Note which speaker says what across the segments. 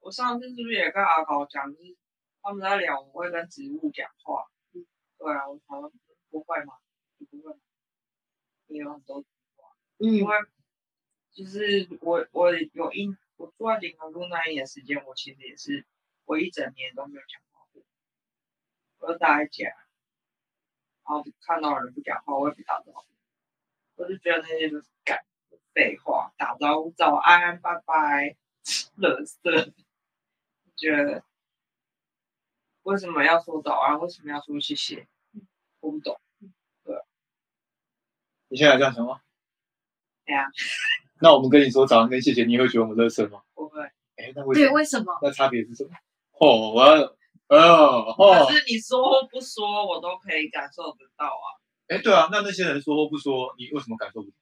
Speaker 1: 我上次是不是也跟阿宝讲，就是他们在聊我会跟植物讲话。对啊，我好像不会嘛，你不会吗？你有很多，因
Speaker 2: 嗯
Speaker 1: 为就是我我有一我住在顶头路那一年时间，我其实也是我一整年都没有讲话过，我就待在家，然后看到人不讲话，我也不打招呼，我就觉得那些都是干废话，打招呼早安拜拜，乐色，觉得为什么要说早安，为什么要说谢谢，我不懂。
Speaker 3: 你现在这样想吗？
Speaker 1: 对啊。
Speaker 3: 那我们跟你说早安跟谢谢，你会觉得我们乐色吗？
Speaker 1: 我会，
Speaker 3: 哎，那为什
Speaker 2: 对，
Speaker 3: 么？
Speaker 2: 为什么？
Speaker 3: 那差别是什么？哦，我要哦哦
Speaker 1: 可，是你说或不说，我都可以感受得到啊。
Speaker 3: 哎，对啊，那那些人说或不说，你为什么感受不到？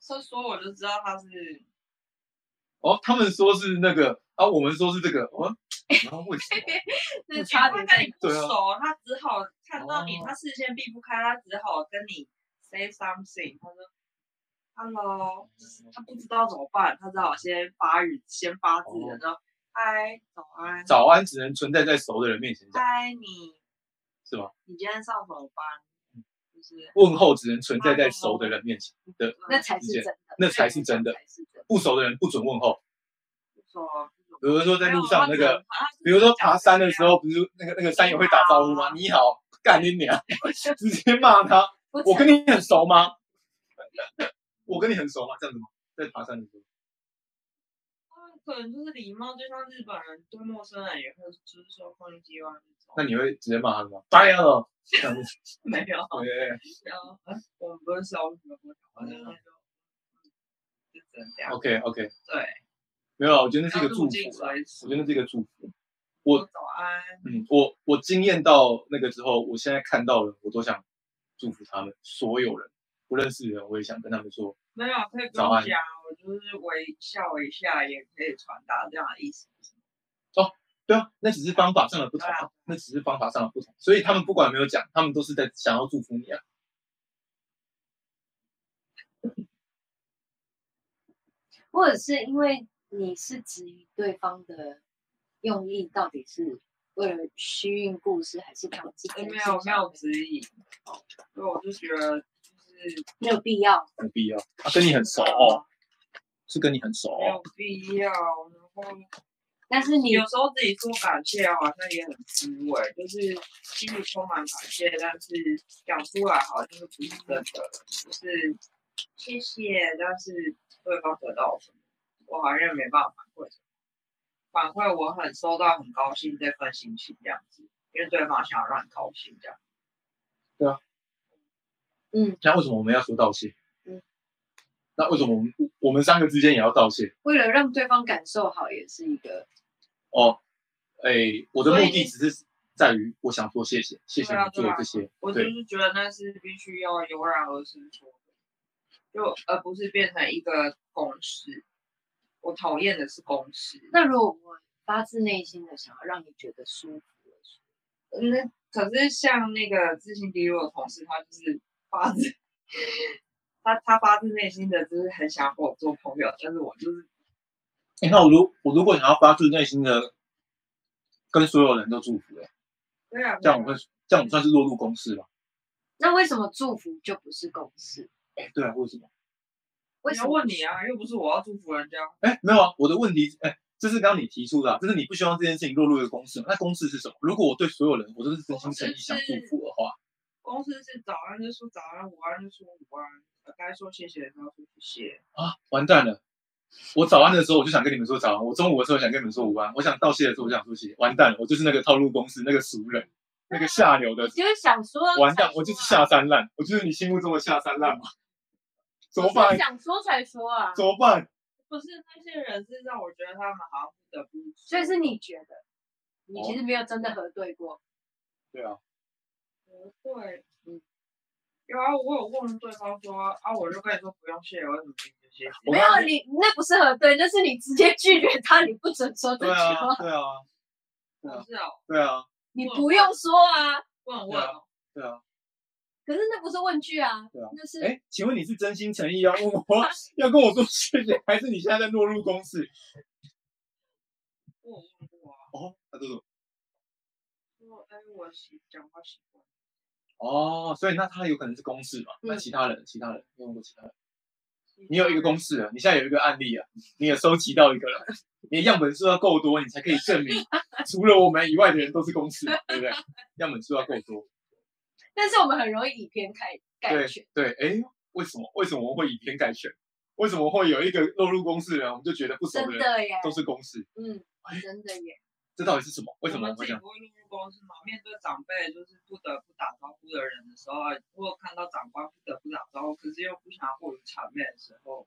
Speaker 1: 所以说我就知道他是
Speaker 3: 哦，他们说是那个啊，我们说是这个，哦，然后为什么？
Speaker 2: 那差别
Speaker 1: 他
Speaker 2: 在
Speaker 1: 跟你不熟，他只好看到你，
Speaker 3: 啊哦
Speaker 1: 他视线避不开，他只好跟你 say something。他说 hello，就是他不知道怎么办，他只好先发语，先发自
Speaker 3: 哦
Speaker 1: 然后嗨，早安，
Speaker 3: 早安只能存在在熟的人面前讲，
Speaker 1: 嗨，你
Speaker 3: 是吗？嗯
Speaker 1: 你今天上什么班？就是啊
Speaker 3: 问候只能存在在熟的人面前，
Speaker 2: 那才是真的，
Speaker 3: 那才是真的
Speaker 2: 才是真的。
Speaker 3: 不熟的人不准问候。
Speaker 1: 不说，啊
Speaker 3: 比如说在路上
Speaker 1: 哦
Speaker 3: 那个，，比
Speaker 1: 没
Speaker 3: 如
Speaker 1: 有
Speaker 3: 说爬山的时，候，不是那个那个山友会打招呼吗？你好，干你 娘，直接骂他。我跟你很熟吗？我跟你很熟吗？这样子吗？在爬山的时候，
Speaker 1: 他可能就是礼貌，就像日本人对陌生人也会就是说空气希望
Speaker 3: 那你会直接骂他吗？呆了，这样子。
Speaker 1: 没有。
Speaker 3: 对
Speaker 1: 然后哎我们不是说什么不讲话，然后就就只能这样。
Speaker 3: ，OK OK，
Speaker 1: 对，
Speaker 3: 没有啊，我觉哦得那是一个
Speaker 1: 要
Speaker 3: 祝
Speaker 1: 入境
Speaker 3: 福啦，
Speaker 1: 随俗
Speaker 3: 我觉得那是一个祝福。我
Speaker 1: 说早安，
Speaker 3: 嗯，我我惊艳到那个之后，我现在看到了，我都想祝福他们所有人，不认识的人，我也想跟他们说，
Speaker 1: 没有可以不
Speaker 3: 早
Speaker 1: 用
Speaker 3: 安
Speaker 1: 讲，我就是微笑一下也可以传达这样的意思。
Speaker 3: 对啊，那只是方法上的不同
Speaker 1: 对
Speaker 3: 啊，那只是方法上的不同。所以他们不管有没有讲，他们都是在想要祝福你啊。
Speaker 2: 或者是因为你是质疑对方的用意到底是为了虚应故事，还是他们自己
Speaker 1: 我呃没有没有质疑，所以我就觉得就是
Speaker 2: 没有必要？
Speaker 3: 没有必要，他、跟你很熟哦，，是跟你很熟
Speaker 1: 没
Speaker 3: 哦。
Speaker 1: 有必要。然后
Speaker 2: 但是你
Speaker 1: 有时候自己说感谢好像也很滋味，就是心里充满感谢，但是讲出来好像不是真的，就是谢谢，但是对方得到什么，我好像没办法反馈什么。反馈我很收到很高兴这份心情这样子，因为对方想要让你高兴这样。
Speaker 3: 那为什么我们要说道谢？
Speaker 2: 嗯
Speaker 3: 那为什么我们我们三个之间也要道谢？
Speaker 2: 为了让对方感受好，也是一个
Speaker 3: 哦，哎，我的目
Speaker 1: 所以
Speaker 3: 的只是在于我想说谢谢，谢谢
Speaker 1: 对啊
Speaker 3: 你做
Speaker 1: 对
Speaker 3: 了
Speaker 1: 啊
Speaker 3: 这些。
Speaker 1: 我就
Speaker 3: 对
Speaker 1: 是觉得那是必须要油然而生说的，就而不是变成一个公式。我讨厌的是公式。
Speaker 2: 那如果我发自内心的想要让你觉得舒服，
Speaker 1: 那可是像那个自信低落的同事，他就是发自他他发自内心的就是很想和我做朋友，但是我就是
Speaker 3: 哎，那我如我如果想要发自内心的跟所有人都祝福、哎，
Speaker 1: 对啊，
Speaker 3: 这样我会这样我算是落入公式吧？
Speaker 2: 那为什么祝福就不是公式？
Speaker 3: 哎，对啊，为什么？
Speaker 2: 为
Speaker 1: 我
Speaker 2: 什
Speaker 1: 要
Speaker 2: 么
Speaker 1: 问你啊，又不是我要祝福人家，
Speaker 3: 哎，没有啊，我的问题，哎，这是刚刚你提出的、啊，就是你不希望这件事情落入一个公式嘛。那公式是什么？如果我对所有人我都是真心诚意想祝福的话，
Speaker 1: 公司是早安就说早安，午安就说午安，呃该说谢谢的时候说谢谢，
Speaker 3: 啊，完蛋了！我早安的时候我就想跟你们说早安，我中午的时候想跟你们说午安，我想道谢的时候我想说谢谢，完蛋了，我就是那个套路公司那个俗人，那个下流的
Speaker 2: 你，就是想说，
Speaker 3: 完蛋
Speaker 2: 才，说
Speaker 3: 我就是
Speaker 2: 啊
Speaker 3: 下三滥，我就是你心目中的下三滥嘛？怎么
Speaker 2: 我
Speaker 3: 办
Speaker 2: 是？想说才说啊，
Speaker 3: 怎么办？
Speaker 1: 不是那些人是让我觉得他们好像不得不说，
Speaker 2: 所以是你觉得，
Speaker 3: 哦
Speaker 2: 你其实没有真的核对过，
Speaker 3: 对啊，
Speaker 1: 不会，嗯，有啊，我有问对方说啊，我就跟你说不用谢，我为什么跟你说谢谢？
Speaker 3: 我
Speaker 2: 没
Speaker 3: 刚刚
Speaker 2: 有你那不是核对，那是你直接拒绝他，你不准说这
Speaker 3: 对
Speaker 2: 句
Speaker 3: 啊，
Speaker 2: 话，
Speaker 3: 对啊，
Speaker 1: 不是哦，
Speaker 3: 对啊，
Speaker 2: 你不用说啊，
Speaker 1: 问
Speaker 3: 对啊
Speaker 1: 问哦，
Speaker 3: 对啊，
Speaker 2: 可是那不是问句啊，
Speaker 3: 对啊
Speaker 2: 那是
Speaker 3: 哎，请问你是真心诚意要问我 要跟我说谢谢，还是你现在在落入公式？
Speaker 1: 我有问过啊，
Speaker 3: 哦，他说什么
Speaker 1: 说哎，我习讲话习惯，
Speaker 3: 哦，所以那他有可能是公式嘛？那
Speaker 2: 嗯
Speaker 3: 其他人，其他人用过其他人，你有一个公式了，你现在有一个案例啊，你也收集到一个了，你的样本数要够多，你才可以证 明除了我们以外的人都是公式，对不对？样本数要够多，
Speaker 2: 但是我们很容易以偏概概
Speaker 3: 对
Speaker 2: 全，
Speaker 3: 对，哎，为什么为什么会以偏概全？为什么会有一个落入公式的人，我们就觉得不熟
Speaker 2: 真
Speaker 3: 的人
Speaker 2: 的耶，
Speaker 3: 都是公式？
Speaker 2: 嗯，真的耶，
Speaker 3: 这到底是什么？为什
Speaker 1: 我
Speaker 3: 么
Speaker 1: 们
Speaker 3: 会
Speaker 1: 自己
Speaker 3: 这样？
Speaker 1: 不会录入公司嘛？面对长辈就是不得不打招呼的人的时候，啊如果看到长官不得不打招呼，可是又不想过于谄媚的时候，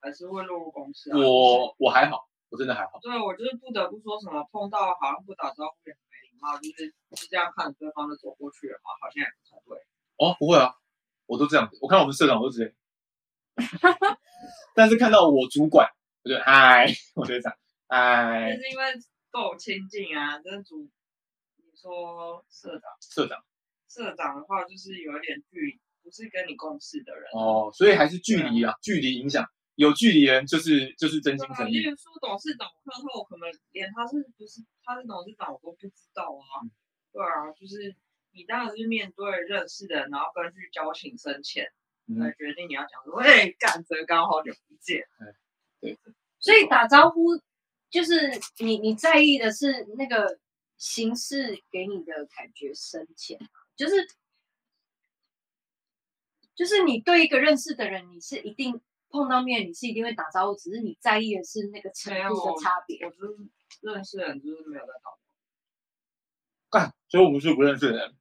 Speaker 1: 还是会落入公司啊。
Speaker 3: 我我还好，我真的还好。
Speaker 1: 对，我就是不得不说什么碰到好像不打招呼也很没礼貌，就是就这样看着对方就走过去了嘛，好像也不太对。
Speaker 3: 哦，不会啊，我都这样子。我看我们社长我都直接， 但是看到我主管，我就嗨，我就这样
Speaker 1: 但
Speaker 3: 嗨，
Speaker 1: 是因为够亲近啊，跟主你说社长
Speaker 3: 社长
Speaker 1: 社长的话就是有一点距离，不是跟你共事的人。
Speaker 3: 哦，所以还是距离啊，距离影响，有距离人就是就是真
Speaker 1: 对
Speaker 3: 心
Speaker 1: 啊，
Speaker 3: 诚
Speaker 1: 例
Speaker 3: 意。
Speaker 1: 如说董事长，我看到我可能连他是不是他是董事长我都不知道
Speaker 3: 嗯
Speaker 1: 啊。对啊，就是你当然是面对认识的人，然后根据交情深浅来
Speaker 3: 嗯，
Speaker 1: 决定你要讲什么。哎、干这刚好久不见，
Speaker 2: 所以打招呼就是你你在意的是那个形式给你的感觉深浅，就是就是你对一个认识的人，你是一定碰到面，你是一定会打招呼，只是你在意的是那个程
Speaker 1: 没有
Speaker 2: 度的差别
Speaker 1: 我。就是认识的人就是没有在搞。
Speaker 3: 干，所以我们是不认识的人，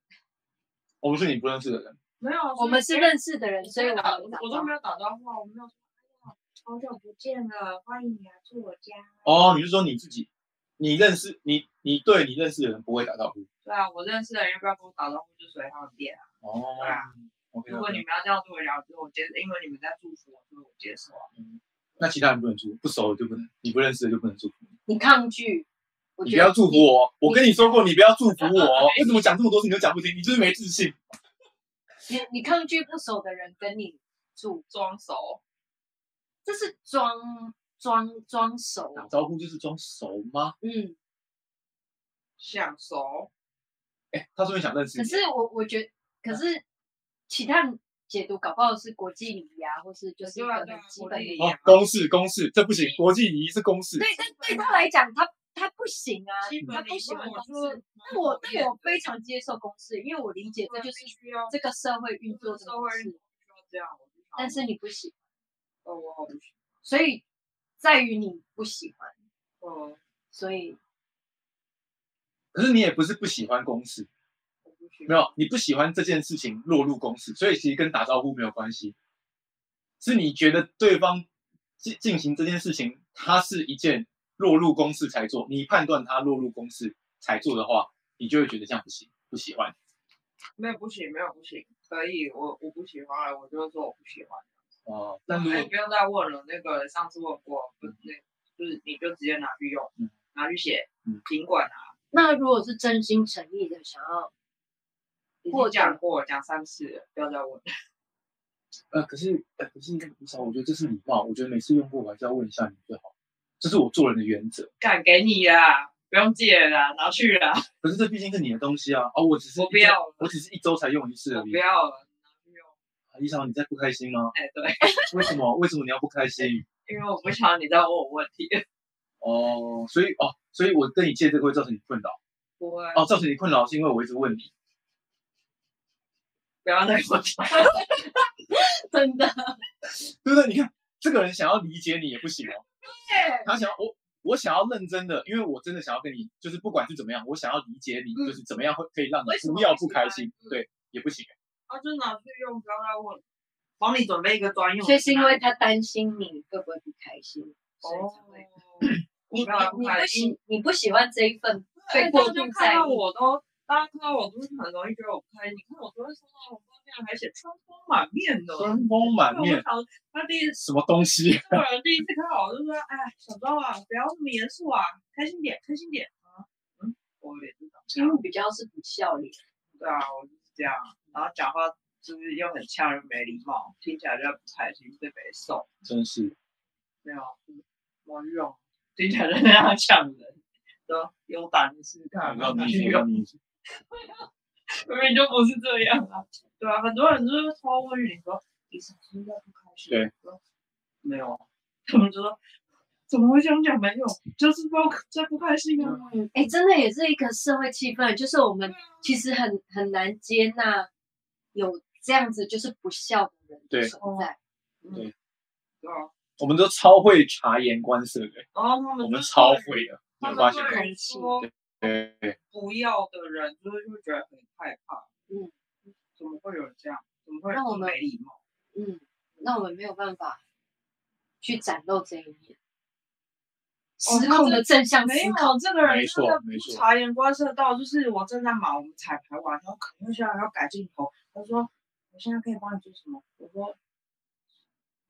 Speaker 3: 我们是你不认识的人。
Speaker 1: 没有，
Speaker 2: 我们是认识的人，所以我们
Speaker 1: 打，
Speaker 2: 打
Speaker 1: 我
Speaker 2: 招
Speaker 1: 都
Speaker 2: 呼
Speaker 1: 没有打招呼啊，我没有说哎呀好久不见了，欢迎你来住我家。
Speaker 3: 哦，你是说你自己，你认识你你对你认识的人不会打招呼。
Speaker 1: 对啊，我认识的人要不要跟我打招呼就随他们便啊。
Speaker 3: 哦
Speaker 1: 对啊，
Speaker 3: ，OK，
Speaker 1: 如果你们要这样对我聊，就我接，因为你们在祝福我，所以我接受啊。
Speaker 3: 那其他人不能祝福，不熟的就不能，你不认识的就不能祝福。
Speaker 2: 你抗拒，我
Speaker 3: 你
Speaker 2: 觉
Speaker 3: 不
Speaker 2: 得
Speaker 3: 要祝福
Speaker 2: 你
Speaker 3: 我，我跟你说过，你不要祝 福我。为什么讲这么多次你都讲不听？你就是没自信。
Speaker 2: 你你抗拒不熟的人跟你住，
Speaker 1: 装熟，
Speaker 2: 这是装装装熟。
Speaker 3: 打招呼就是装熟吗？
Speaker 2: 嗯，
Speaker 1: 想熟，
Speaker 3: 哎，他说你想认识
Speaker 2: 可
Speaker 3: 你，
Speaker 2: 是我我觉可是其他人解读搞不好是国际礼仪啊，或是就是一
Speaker 1: 对啊
Speaker 2: 个
Speaker 1: 对啊
Speaker 2: 很基
Speaker 1: 国
Speaker 2: 本
Speaker 1: 际
Speaker 2: 的
Speaker 1: 礼仪
Speaker 3: 哦，公式公式，这不行，国际礼仪是公式。
Speaker 2: 对，但对他来讲，他他不行啊，
Speaker 1: 基
Speaker 2: 他
Speaker 1: 本
Speaker 2: 不喜欢
Speaker 1: 我
Speaker 2: 公
Speaker 1: 就
Speaker 2: 式。但我但我非
Speaker 1: 啊
Speaker 2: 常接受公式，因为我理解这就是
Speaker 1: 需要
Speaker 2: 这个社会运作
Speaker 1: 个
Speaker 2: 的
Speaker 1: 社会
Speaker 2: 公式。
Speaker 1: 需要这样，我就想
Speaker 2: 但是你不喜，
Speaker 1: 呃我好不喜
Speaker 2: 所以在于你不喜欢，
Speaker 1: 欢，呃
Speaker 2: 所以
Speaker 3: 可是你也不是不喜欢公式，
Speaker 1: 我不喜
Speaker 3: 没
Speaker 1: 欢。
Speaker 3: 有，你不喜欢这件事情落入公式，所以其实跟打招呼没有关系，是你觉得对方进进行这件事情，它是一件落入公式才做，你判断它落入公式才做的话，你就会觉得这样不行，不喜欢。
Speaker 1: 没有不行，没有不行，可以，我我不喜欢，我就说我不喜欢。
Speaker 3: 哦，
Speaker 1: 那
Speaker 3: 但如果
Speaker 1: 你不用再问了，那个上次问过，不是那，就是你就直接拿去用，
Speaker 3: 嗯
Speaker 1: 拿去写
Speaker 3: 嗯，
Speaker 1: 尽管啊，
Speaker 2: 那如果是真心诚意的 想要，
Speaker 1: 已
Speaker 2: 或
Speaker 1: 经
Speaker 2: 者
Speaker 1: 讲过讲三次了，不要再问。
Speaker 3: 呃，可是呃，可是吴少，我觉得这是礼貌，我觉得每次用过我还是要问一下你最好，这是我做人的原则。
Speaker 1: 敢给你啦，不用借了啦，拿去啦，
Speaker 3: 可是这毕竟是你的东西啊，啊，我只是
Speaker 1: 我
Speaker 3: 一
Speaker 1: 不
Speaker 3: 周
Speaker 1: 要了
Speaker 3: 我只是一啊周才用一次
Speaker 1: 我
Speaker 3: 而
Speaker 1: 不
Speaker 3: 已。
Speaker 1: 要了，拿去用。？
Speaker 3: 李少，你在不开心吗
Speaker 1: 哎，对，
Speaker 3: 为什么？为什么你要不开心？
Speaker 1: 因为我不想你再问我问题。
Speaker 3: 哦，所以哦，所以我跟你借这个会造成你困扰。
Speaker 1: 不会，
Speaker 3: 哦，造成你困扰是因为我一直问你。
Speaker 1: 不要再跟我讲。
Speaker 2: 真的
Speaker 3: 对不对？你看这个人想要理解你也不行哦，他想要我我想要认真的，因为我真的想要跟你，就是不管是怎么样，我想要理解你，
Speaker 2: 嗯
Speaker 3: 就是怎么样会可以让
Speaker 1: 为什
Speaker 3: 你
Speaker 1: 么
Speaker 3: 不要
Speaker 1: 不
Speaker 3: 不
Speaker 1: 喜
Speaker 3: 开
Speaker 1: 欢
Speaker 3: 心
Speaker 1: 嗯，
Speaker 3: 对，也不行。
Speaker 1: 啊，就拿去用，不要再问。帮你准备一个专用的。
Speaker 2: 所以是因为他担心你会不会不开心，所以
Speaker 1: 哦
Speaker 2: 才 会。你
Speaker 1: 我
Speaker 2: 你
Speaker 1: 不要
Speaker 2: 你
Speaker 1: 开
Speaker 2: 不
Speaker 1: 心
Speaker 2: 喜你不喜欢这一份被过
Speaker 1: 大家
Speaker 2: 度
Speaker 1: 就看
Speaker 2: 在
Speaker 1: 到
Speaker 2: 意，
Speaker 1: 我都，大家看到我都是很容易觉得我不开心。你看我昨天收到红包，竟然还写春风满面的。
Speaker 3: 春风满
Speaker 1: 对我想，
Speaker 3: 面，
Speaker 1: 他第一次，
Speaker 3: 什么东西？
Speaker 1: 这个人第一次看到我就说：“哎，小周啊，不要那么严肃啊，开心点，开心点啊。”嗯，我也是这
Speaker 2: 因
Speaker 1: 样。
Speaker 2: 为比较是不笑脸。
Speaker 1: 对啊，我就是这样。然后讲话就是又很呛又没礼貌，听起来就很不开心，最没送。
Speaker 3: 真是
Speaker 1: 没有，我用听起来就那样呛人，说有胆子试试看，
Speaker 3: 让
Speaker 1: 拿
Speaker 3: 你
Speaker 1: 去
Speaker 3: 去，
Speaker 1: 用，
Speaker 3: 让你去
Speaker 1: 明明就不是这样啊，对啊，很多人就是偷问你说你是不是应该不开心？
Speaker 3: 对
Speaker 1: 我说，没有啊，他们就说怎么会这样讲？没有，就是不这不开心啊。
Speaker 2: 嗯，哎、真的也是一个社会气氛，就是我们其实很很难接纳有这样子就是不孝的人
Speaker 3: 对
Speaker 2: 的存在。
Speaker 1: 嗯
Speaker 3: 对，
Speaker 1: 对啊，
Speaker 3: 我们都超会察言观色的，
Speaker 1: 然后他们
Speaker 3: 我们
Speaker 1: 就
Speaker 3: 超
Speaker 1: 对于
Speaker 3: 会的，你
Speaker 1: 他
Speaker 3: 有
Speaker 1: 们
Speaker 3: 发现吗？
Speaker 1: 对于说
Speaker 3: 对对，
Speaker 1: 不要的人，就是会觉得很害怕。
Speaker 2: 嗯，
Speaker 1: 怎么会有人这样？怎么会
Speaker 2: 那我
Speaker 1: 这么
Speaker 2: 们
Speaker 1: 没礼貌？
Speaker 2: 嗯，那我们没有办法去展露这一面，
Speaker 1: 哦
Speaker 2: 失
Speaker 1: 那
Speaker 2: 控
Speaker 1: 这
Speaker 2: 的正向思
Speaker 1: 没有
Speaker 2: 考。
Speaker 1: 这个人
Speaker 3: 没
Speaker 1: 真
Speaker 3: 错
Speaker 1: 的
Speaker 3: 没
Speaker 1: 不
Speaker 3: 错
Speaker 1: 察言观色到，就是我正在忙，我们彩排完，然后可能想要改镜头，他说我现在可以帮你做什么？我说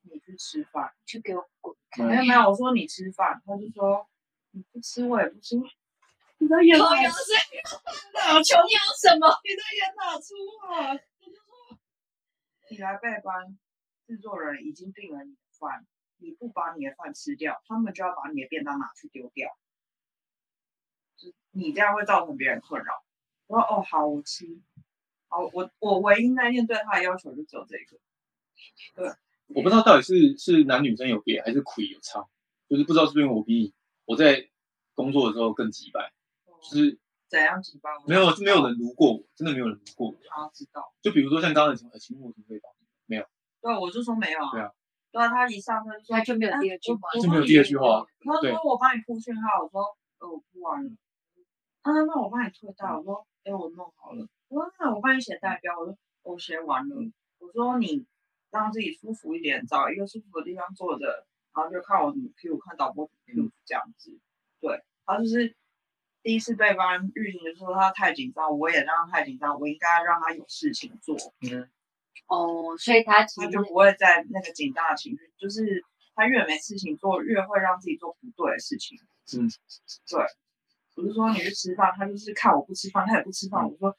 Speaker 1: 你去吃饭，
Speaker 2: 去给我滚开！
Speaker 1: 没有没有，我说你吃饭，他就说你不吃我也不吃， 你的眼
Speaker 2: 我
Speaker 1: 哪
Speaker 2: 有
Speaker 1: 有
Speaker 2: 谁？
Speaker 1: 哪 出？
Speaker 2: 你有什么？
Speaker 1: 你的眼哪出啊？我就说你来备班，制作人已经订了你的饭，你不把你的饭吃掉，他们就要把你的便当拿去丢掉。就你这样会造成别人困扰。我说哦好，我吃。好，我我唯一那天对他的要求就只有这个。
Speaker 3: 我不知道到底是是男女生有别还是亏有差，就是不知道是不是因为我比我在工作的时候更急白，就是
Speaker 1: 怎样举报？
Speaker 3: 没有没有人读过我，真的没有人读过我。
Speaker 1: 他知道。
Speaker 3: 就比如说像刚才讲的情况，情况我怎么会帮你？
Speaker 1: 对，我就说没有啊。
Speaker 3: 对啊。
Speaker 1: 对啊，他一上车就说
Speaker 2: 他就没有
Speaker 1: 啊
Speaker 2: 第二句
Speaker 1: 我
Speaker 2: 话
Speaker 1: 我
Speaker 3: 就
Speaker 1: 帮
Speaker 3: 没有
Speaker 1: 你
Speaker 3: 第二句话。
Speaker 1: 他
Speaker 3: 对
Speaker 1: 说我帮你铺讯号，我说呃我铺完了，啊那我帮你退掉，我说哎、我弄好了，我说那我帮你写代标，我说我写完了，我说你让自己舒服一点，找一个舒服的地方坐着，然后就看我怎么 Q，看导播怎么 Q 这样子，对，他就是。第一次被班预警的时候，他太紧张，我也让他太紧张，我应该让他有事情做，
Speaker 3: 嗯
Speaker 2: 哦，所以他其
Speaker 1: 他
Speaker 2: 实
Speaker 1: 就不会在那个紧张的情绪，就是他越没事情做，越会让自己做不对的事情。
Speaker 3: 嗯，
Speaker 1: 对。我就说你去吃饭，他就是看我不吃饭，他也不吃
Speaker 3: 嗯
Speaker 1: 饭。我说，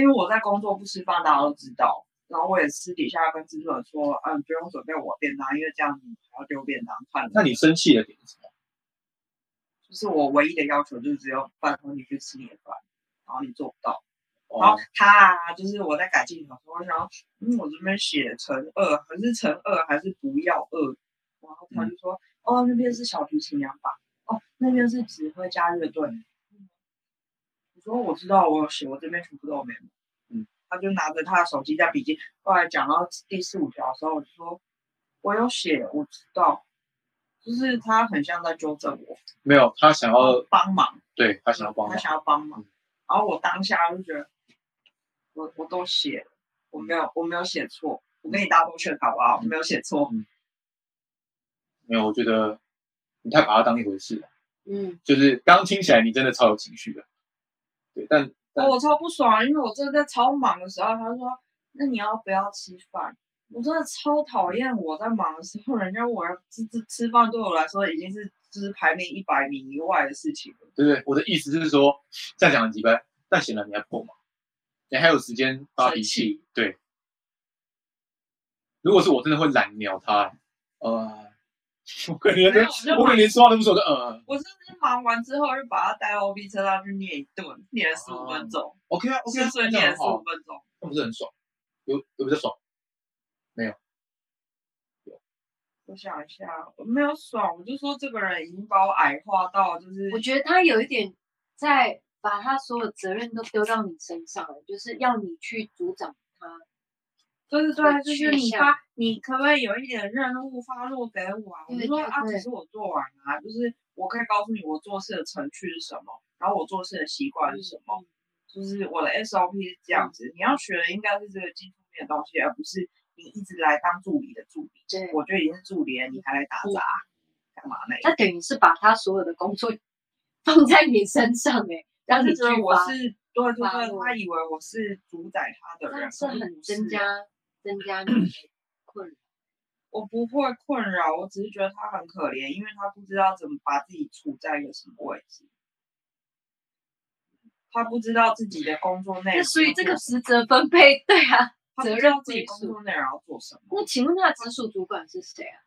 Speaker 1: 因为我在工作不吃饭，大家都知道。然后我也私底下跟制作人说，嗯，不用准备我的便当，因为这样你还要丢便当看。
Speaker 3: 那你生气的点是什么？
Speaker 1: 就是我唯一的要求，就是只有拜托你去吃你的饭，然后你做不到。然后
Speaker 3: 哦，
Speaker 1: 他啊，就是我在改进的时候，我想要，嗯，我这边写乘二，还是乘二，还是不要二？然后
Speaker 3: 嗯
Speaker 1: 他就说，哦，那边是小提琴两把，哦，那边是指挥加乐队。我说我知道，我有写，我这边全部都有 memo。
Speaker 3: 嗯，
Speaker 1: 他就拿着他的手机在笔记。后来讲到第四五条的时候，我就说，我有写，我知道。就是他很像在纠正我，
Speaker 3: 没有，他想要
Speaker 1: 帮忙。
Speaker 3: 对他想要帮忙
Speaker 1: 他，想要帮忙。
Speaker 3: 嗯
Speaker 1: 然后我当下就觉得，我我都写了，我没有我没有写错，我跟你 double check 好不好？我没有写错。
Speaker 3: 没有，我觉得你太把他当一回事了。
Speaker 2: 嗯，
Speaker 3: 就是刚听起来你真的超有情绪的，对，但但
Speaker 1: 哦我超不爽，因为我真的在超忙的时候，他说：“那你要不要吃饭？”我真的超讨厌我在忙的时候，人家我要吃吃吃饭对我来说已经是就是排名一百名以外的事情了。
Speaker 3: 对不对？我的意思是说，这样讲很直白，但显然你还不够忙，你还有时间发脾
Speaker 1: 生
Speaker 3: 气。对，如果是我真的会懒鸟他，呃，我可能连
Speaker 1: 没有我就
Speaker 3: 我可能连说话都不说，我就呃
Speaker 1: 我真的是忙完之后就把他带到 OB 车上去念一顿，念了十五分钟，
Speaker 3: ，OK 啊，OK
Speaker 1: 顺
Speaker 3: 啊，
Speaker 1: 顺
Speaker 3: 这样
Speaker 1: 念了
Speaker 3: 很
Speaker 1: 十五
Speaker 3: 好，
Speaker 1: 分钟。
Speaker 3: 那不是很爽？有有比较爽？
Speaker 1: 我想一下，我没有爽，我就说这个人已经把我矮化到就是
Speaker 2: 我觉得他有一点在把他所有责任都丢到你身上了，就是要你去组长他。
Speaker 1: 就是
Speaker 2: 我
Speaker 1: 对，就是
Speaker 2: 取
Speaker 1: 你
Speaker 2: 向
Speaker 1: 发，你可不可以有一点任务发落给我啊？我
Speaker 2: 对
Speaker 1: 说
Speaker 2: 对
Speaker 1: 啊，只
Speaker 2: 对
Speaker 1: 是我做完啊，就是我可以告诉你我做事的程序是什么，然后我做事的习惯是什
Speaker 2: 嗯
Speaker 1: 么，就是我的 SOP 是这样子。你要学的应该是这个技术面的东西，而不是你一直来当助理的助理。
Speaker 2: 对
Speaker 1: 我就已经是助理了，你还来打
Speaker 2: 嗯
Speaker 1: 杂，干嘛呢？
Speaker 2: 他等于是把他所有的工作 放在你身上、哎，让
Speaker 1: 他
Speaker 2: 你
Speaker 1: 就
Speaker 2: 去
Speaker 1: 觉得我
Speaker 2: 发
Speaker 1: 是对对
Speaker 2: 发
Speaker 1: 对，
Speaker 2: 落
Speaker 1: 他以为我是主宰他的
Speaker 2: 这
Speaker 1: 人，
Speaker 2: 样是
Speaker 1: 可是
Speaker 2: 很
Speaker 1: 不
Speaker 2: 增
Speaker 1: 是
Speaker 2: 加增加你的困扰。
Speaker 1: 我不会困扰，我只是觉得他很可怜，因为他不知道怎么把自己处在一个什么位置，他不知道自己的工作内容
Speaker 2: 那
Speaker 1: 是做什么。
Speaker 2: 所以这个职责分配，对啊，
Speaker 1: 他不
Speaker 2: 责
Speaker 1: 知
Speaker 2: 任
Speaker 1: 道自己
Speaker 2: 归
Speaker 1: 工
Speaker 2: 属
Speaker 1: 作内容要做什么。
Speaker 2: 那请问他的直属主管是谁啊？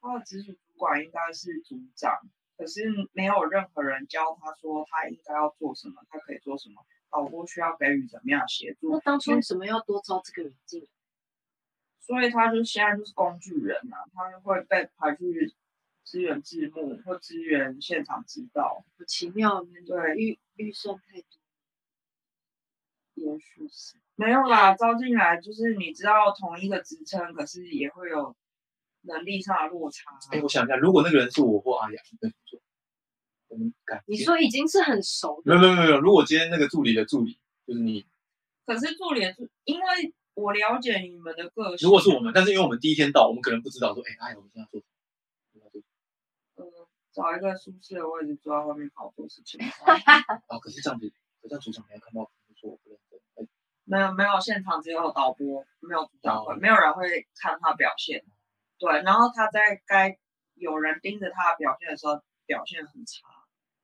Speaker 1: 他的直属主管应该是组长，可是没有任何人教他说他应该要做什么，他可以做什么，导播需要给予怎么样的协
Speaker 2: 那
Speaker 1: 助，
Speaker 2: 当初为什么要多招这个人进来？
Speaker 1: 所以他就现在就是工具人啊，他就会被排去支援字幕或支援现场指导，
Speaker 2: 好奇妙，你们
Speaker 1: 对
Speaker 2: 预预算太多，
Speaker 1: 也许是没有啦，招进来就是你知道同一个职称，可是也会有能力上的落差啊。
Speaker 3: 哎，我想一下，如果那个人是我或阿雅，你跟做，我们感
Speaker 2: 你
Speaker 3: 觉
Speaker 2: 说已经是很熟的，
Speaker 3: 没有没有没有没有，如果今天那个助理的助理就是你，
Speaker 1: 可是做脸书，因为我了解你们的个性，
Speaker 3: 如果是我们，但是因为我们第一天到，我们可能不知道说，哎，阿雅，我们现在做什么我们要做什
Speaker 1: 呃找一个舒适的位置坐在外面好做事情。
Speaker 3: 么啊，可是这样子，可是组长没有看到，可能说我不认真，哎，
Speaker 1: 没有没有，现场只有导播，没有组长会，
Speaker 3: 哦
Speaker 1: 没有人会看他表现。对，然后他在该有人盯着他的表现的时候，表现很差。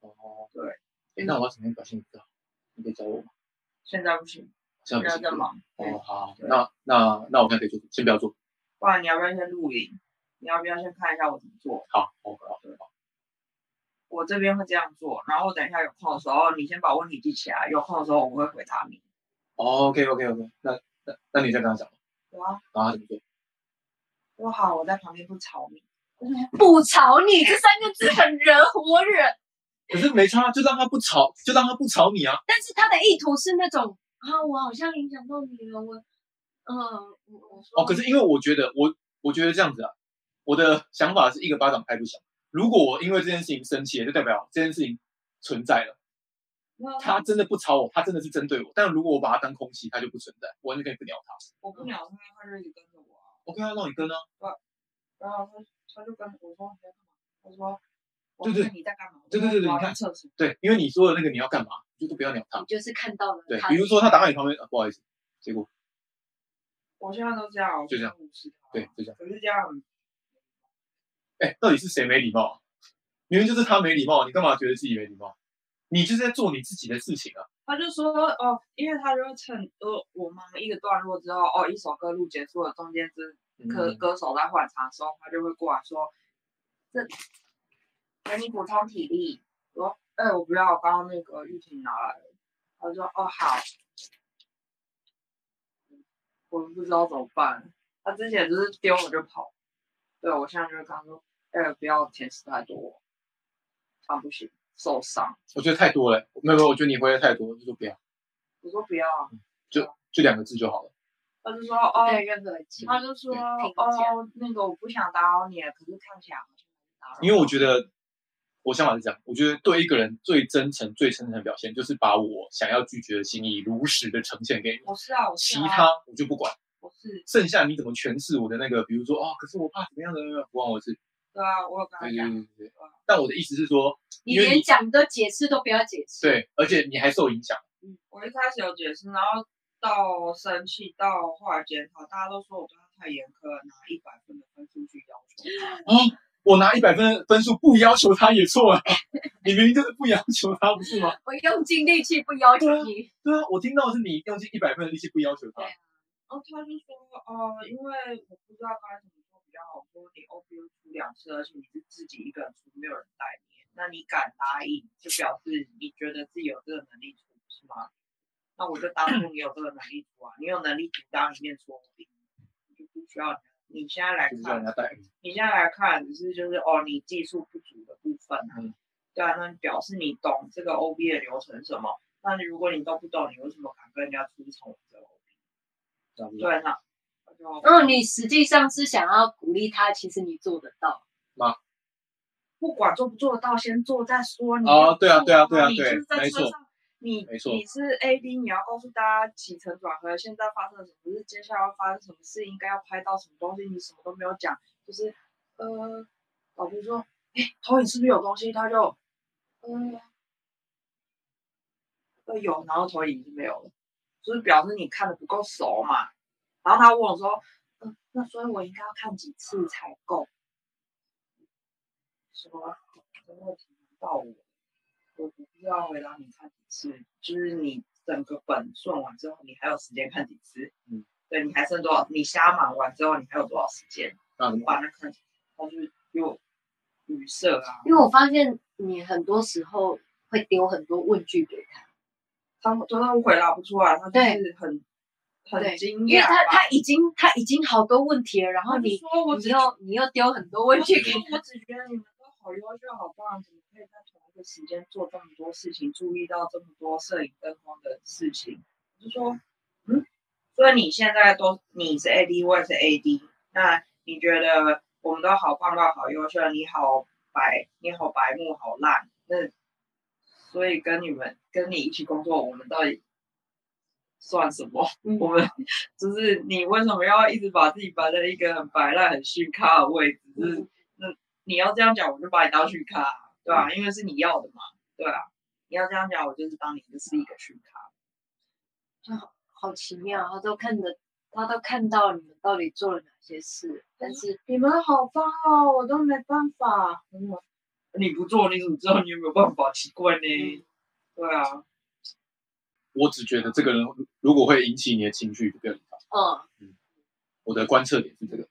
Speaker 3: 哦，
Speaker 1: 对，
Speaker 3: 哎，那我要怎么样表现比较好？你可以教我吗？
Speaker 1: 现在不行，
Speaker 3: 这
Speaker 1: 现
Speaker 3: 样不
Speaker 1: 在
Speaker 3: 行
Speaker 1: 在忙，
Speaker 3: 哦，好，
Speaker 1: 对
Speaker 3: 那那那我现在可以做，先不要做，
Speaker 1: 不然你要不要先录影？你要不要先看一下我怎么做？
Speaker 3: 好，好，好，
Speaker 1: 我这边会这样做，然后我等一下有空的时候，哦你先把问题记起来，有空的时候我会回答你。
Speaker 3: 哦，OK，OK，OK，那那那你再跟他讲，
Speaker 1: 我啊，
Speaker 3: 然后他怎么做？
Speaker 1: 我好，我在旁边不吵你。
Speaker 2: 不吵你这三个字很惹火人，
Speaker 3: 可是没差，就让他不吵，就让他不吵你啊。
Speaker 2: 但是他的意图是那种啊，我好像影响到你了，我，嗯、我我说
Speaker 3: 哦，可是因为我觉得我我觉得这样子啊，我的想法是一个巴掌拍不响。如果我因为这件事情生气了，就代表这件事情存在了。
Speaker 1: 那
Speaker 3: 他真的不吵我，他真的是针对我。但如果我把他当空气，他就不存在，我完全可以不鸟他。
Speaker 1: 我不鸟他，他就一直跟着我啊。
Speaker 3: OK 啊，那你跟啊，
Speaker 1: 然后他他就跟我说你在干嘛？我说我
Speaker 3: 对对
Speaker 1: 看你在干嘛？
Speaker 3: 对对对对
Speaker 1: 我
Speaker 3: 你看
Speaker 1: 在厕所。
Speaker 3: 对，因为你说的那个你要干嘛，你就都不要鸟他
Speaker 2: 你。就是看到了
Speaker 3: 对，
Speaker 2: 他
Speaker 3: 比如说他打到你旁边、啊，不好意思，结果
Speaker 1: 我现在都这样，我
Speaker 3: 就这样
Speaker 1: 现在无视他。
Speaker 3: 对，就这样。
Speaker 1: 可是这样
Speaker 3: 哎，到底是谁没礼貌、啊？明明就是他没礼貌，你干嘛觉得自己没礼貌？你就是在做你自己的事情啊。
Speaker 1: 他就说哦，因为他就会趁呃我忙一个段落之后，哦一首歌录结束了，中间是歌
Speaker 3: 嗯
Speaker 1: 歌手在换场的时候，他就会过来说，这给你补充体力。我说哎、我不要，我刚刚那个玉婷拿来了。他说哦好，我不知道怎么办。他之前就是丢我就跑，对我现在就是刚说，哎、不要甜食太多，这样不行，受伤。
Speaker 3: 我觉得太多了，没有没有，我觉得你回来太多，就说不要，
Speaker 1: 我说不要啊，
Speaker 3: 就两个字就好了。
Speaker 1: 他就说哦
Speaker 2: 不带任何情
Speaker 1: 他就说
Speaker 3: 对
Speaker 2: 评价
Speaker 1: 哦，那个我不想打扰你，可是看起来好像打扰。
Speaker 3: 因为我觉得我想法是这样，我觉得对一个人最真诚、最真诚的表现，就是把我想要拒绝的心意如实的呈现给你，
Speaker 1: 我是啊，我
Speaker 3: 其
Speaker 1: 是啊，
Speaker 3: 他我就不管。
Speaker 1: 我是
Speaker 3: 剩下你怎么诠释我的那个，比如说哦，可是我怕怎么样的，不关我的事。
Speaker 1: 对啊，我有跟他
Speaker 3: 对对
Speaker 1: 讲，
Speaker 3: 对对对。但我的意思是说，
Speaker 2: 你
Speaker 3: 因为
Speaker 2: 连
Speaker 3: 你
Speaker 2: 讲的解释都不要解释，
Speaker 3: 对，而且你还受影响。
Speaker 1: 我一开始有解释，然后到生气，到后来检讨，大家都说我对他太严苛了，拿一百分的分数去要求他。
Speaker 3: 哦我拿一百分的分数不要求他也错了，啊你明明就是不要求他，不是吗？
Speaker 2: 我用尽力气不要
Speaker 3: 对啊
Speaker 2: 求你。
Speaker 3: 对啊，我听到的是你用尽一百分的力气不要求他
Speaker 2: 对。
Speaker 1: 然后他就说哦，因为我不知道该怎么做比较好。我说你 O B U 出两次，而且你是自己一个人出，没有人带你，那你敢答应，就表示你觉得自己有这个能力出，是吗？那我就当做你有这个能力出啊，你有能力独当一面出，你就不需要你现在来
Speaker 3: 就是让人
Speaker 1: 看，
Speaker 3: 家带，
Speaker 1: 你现在来看只是就是哦，你技术不足的部分啊，
Speaker 3: 嗯
Speaker 1: 对啊，那你表示你懂这个 O B 的流程是什么？那你如果你都不懂，你为什么敢跟人家出从这个 O B？
Speaker 3: 这样子
Speaker 1: 对，啊那我就
Speaker 2: 嗯，你实际上是想要鼓励他，其实你做得到。
Speaker 1: 不管做不做得到，先做再说。你
Speaker 3: 哦
Speaker 1: 要
Speaker 3: 对啊
Speaker 1: 做
Speaker 3: 对啊对啊
Speaker 1: 你就
Speaker 3: 对
Speaker 1: 是在
Speaker 3: 没
Speaker 1: 车
Speaker 3: 错
Speaker 1: 上你
Speaker 3: 没错
Speaker 1: 你是 A D，你要告诉大家起承转合，现在发生了什么事，接下来要发生什么事，应该要拍到什么东西，你什么都没有讲，就是呃，老师说，哎、投影是不是有东西？他就，嗯、呃，有，然后投影已经没有了，就是表示你看的不够熟嘛。然后他问我说，嗯、那所以我应该要看几次才够？什么什么问题难到我？我不知道回答你看几次，就是你整个本算完之后，你还有时间看几次？
Speaker 3: 嗯，
Speaker 1: 对你还剩多少？你瞎忙完之后，你还有多少时间？
Speaker 3: 那怎么办？
Speaker 1: 把那看，他就是又语塞啊。
Speaker 2: 因为我发现你很多时候会丢很多问句给他，
Speaker 1: 他们都他回答不出来，他就是很
Speaker 2: 对
Speaker 1: 很惊
Speaker 2: 因为
Speaker 1: 讶
Speaker 2: 他
Speaker 1: 吧。
Speaker 2: 他已经他已经好多问题了，然后
Speaker 1: 就
Speaker 2: 你
Speaker 1: 啊说我
Speaker 2: 你
Speaker 1: 只
Speaker 2: 又你又丢很多问句 给
Speaker 1: 我只觉得你们都好优秀、好棒，怎么可以在同一个时间做这么多事情，注意到这么多摄影灯光的事情？我就说，嗯，所以你现在都你是 AD，我也是 AD，那你觉得我们都好棒棒、好优秀，你好白，你好白目、好烂，那所以跟你们跟你一起工作，我们到底算什么？
Speaker 2: 嗯
Speaker 1: 我们 就是你为什么要一直把自己摆在一个很摆烂、很虚咖的位置？就是那你要这样讲，我就把你当虚咖，对啊，因为是你要的嘛，对啊。你要这样讲，我就是当你就是一个虚咖。
Speaker 2: 好奇妙，他都看得他都看到你们到底做了哪些事，但是
Speaker 1: 你们好棒哦，我都没办法。嗯你不做，你怎么知道你有没有办法？奇怪呢。对啊，
Speaker 3: 我只觉得这个人如果会引起你的情绪，就不要理他。
Speaker 2: 嗯
Speaker 3: 我的观测点是这个。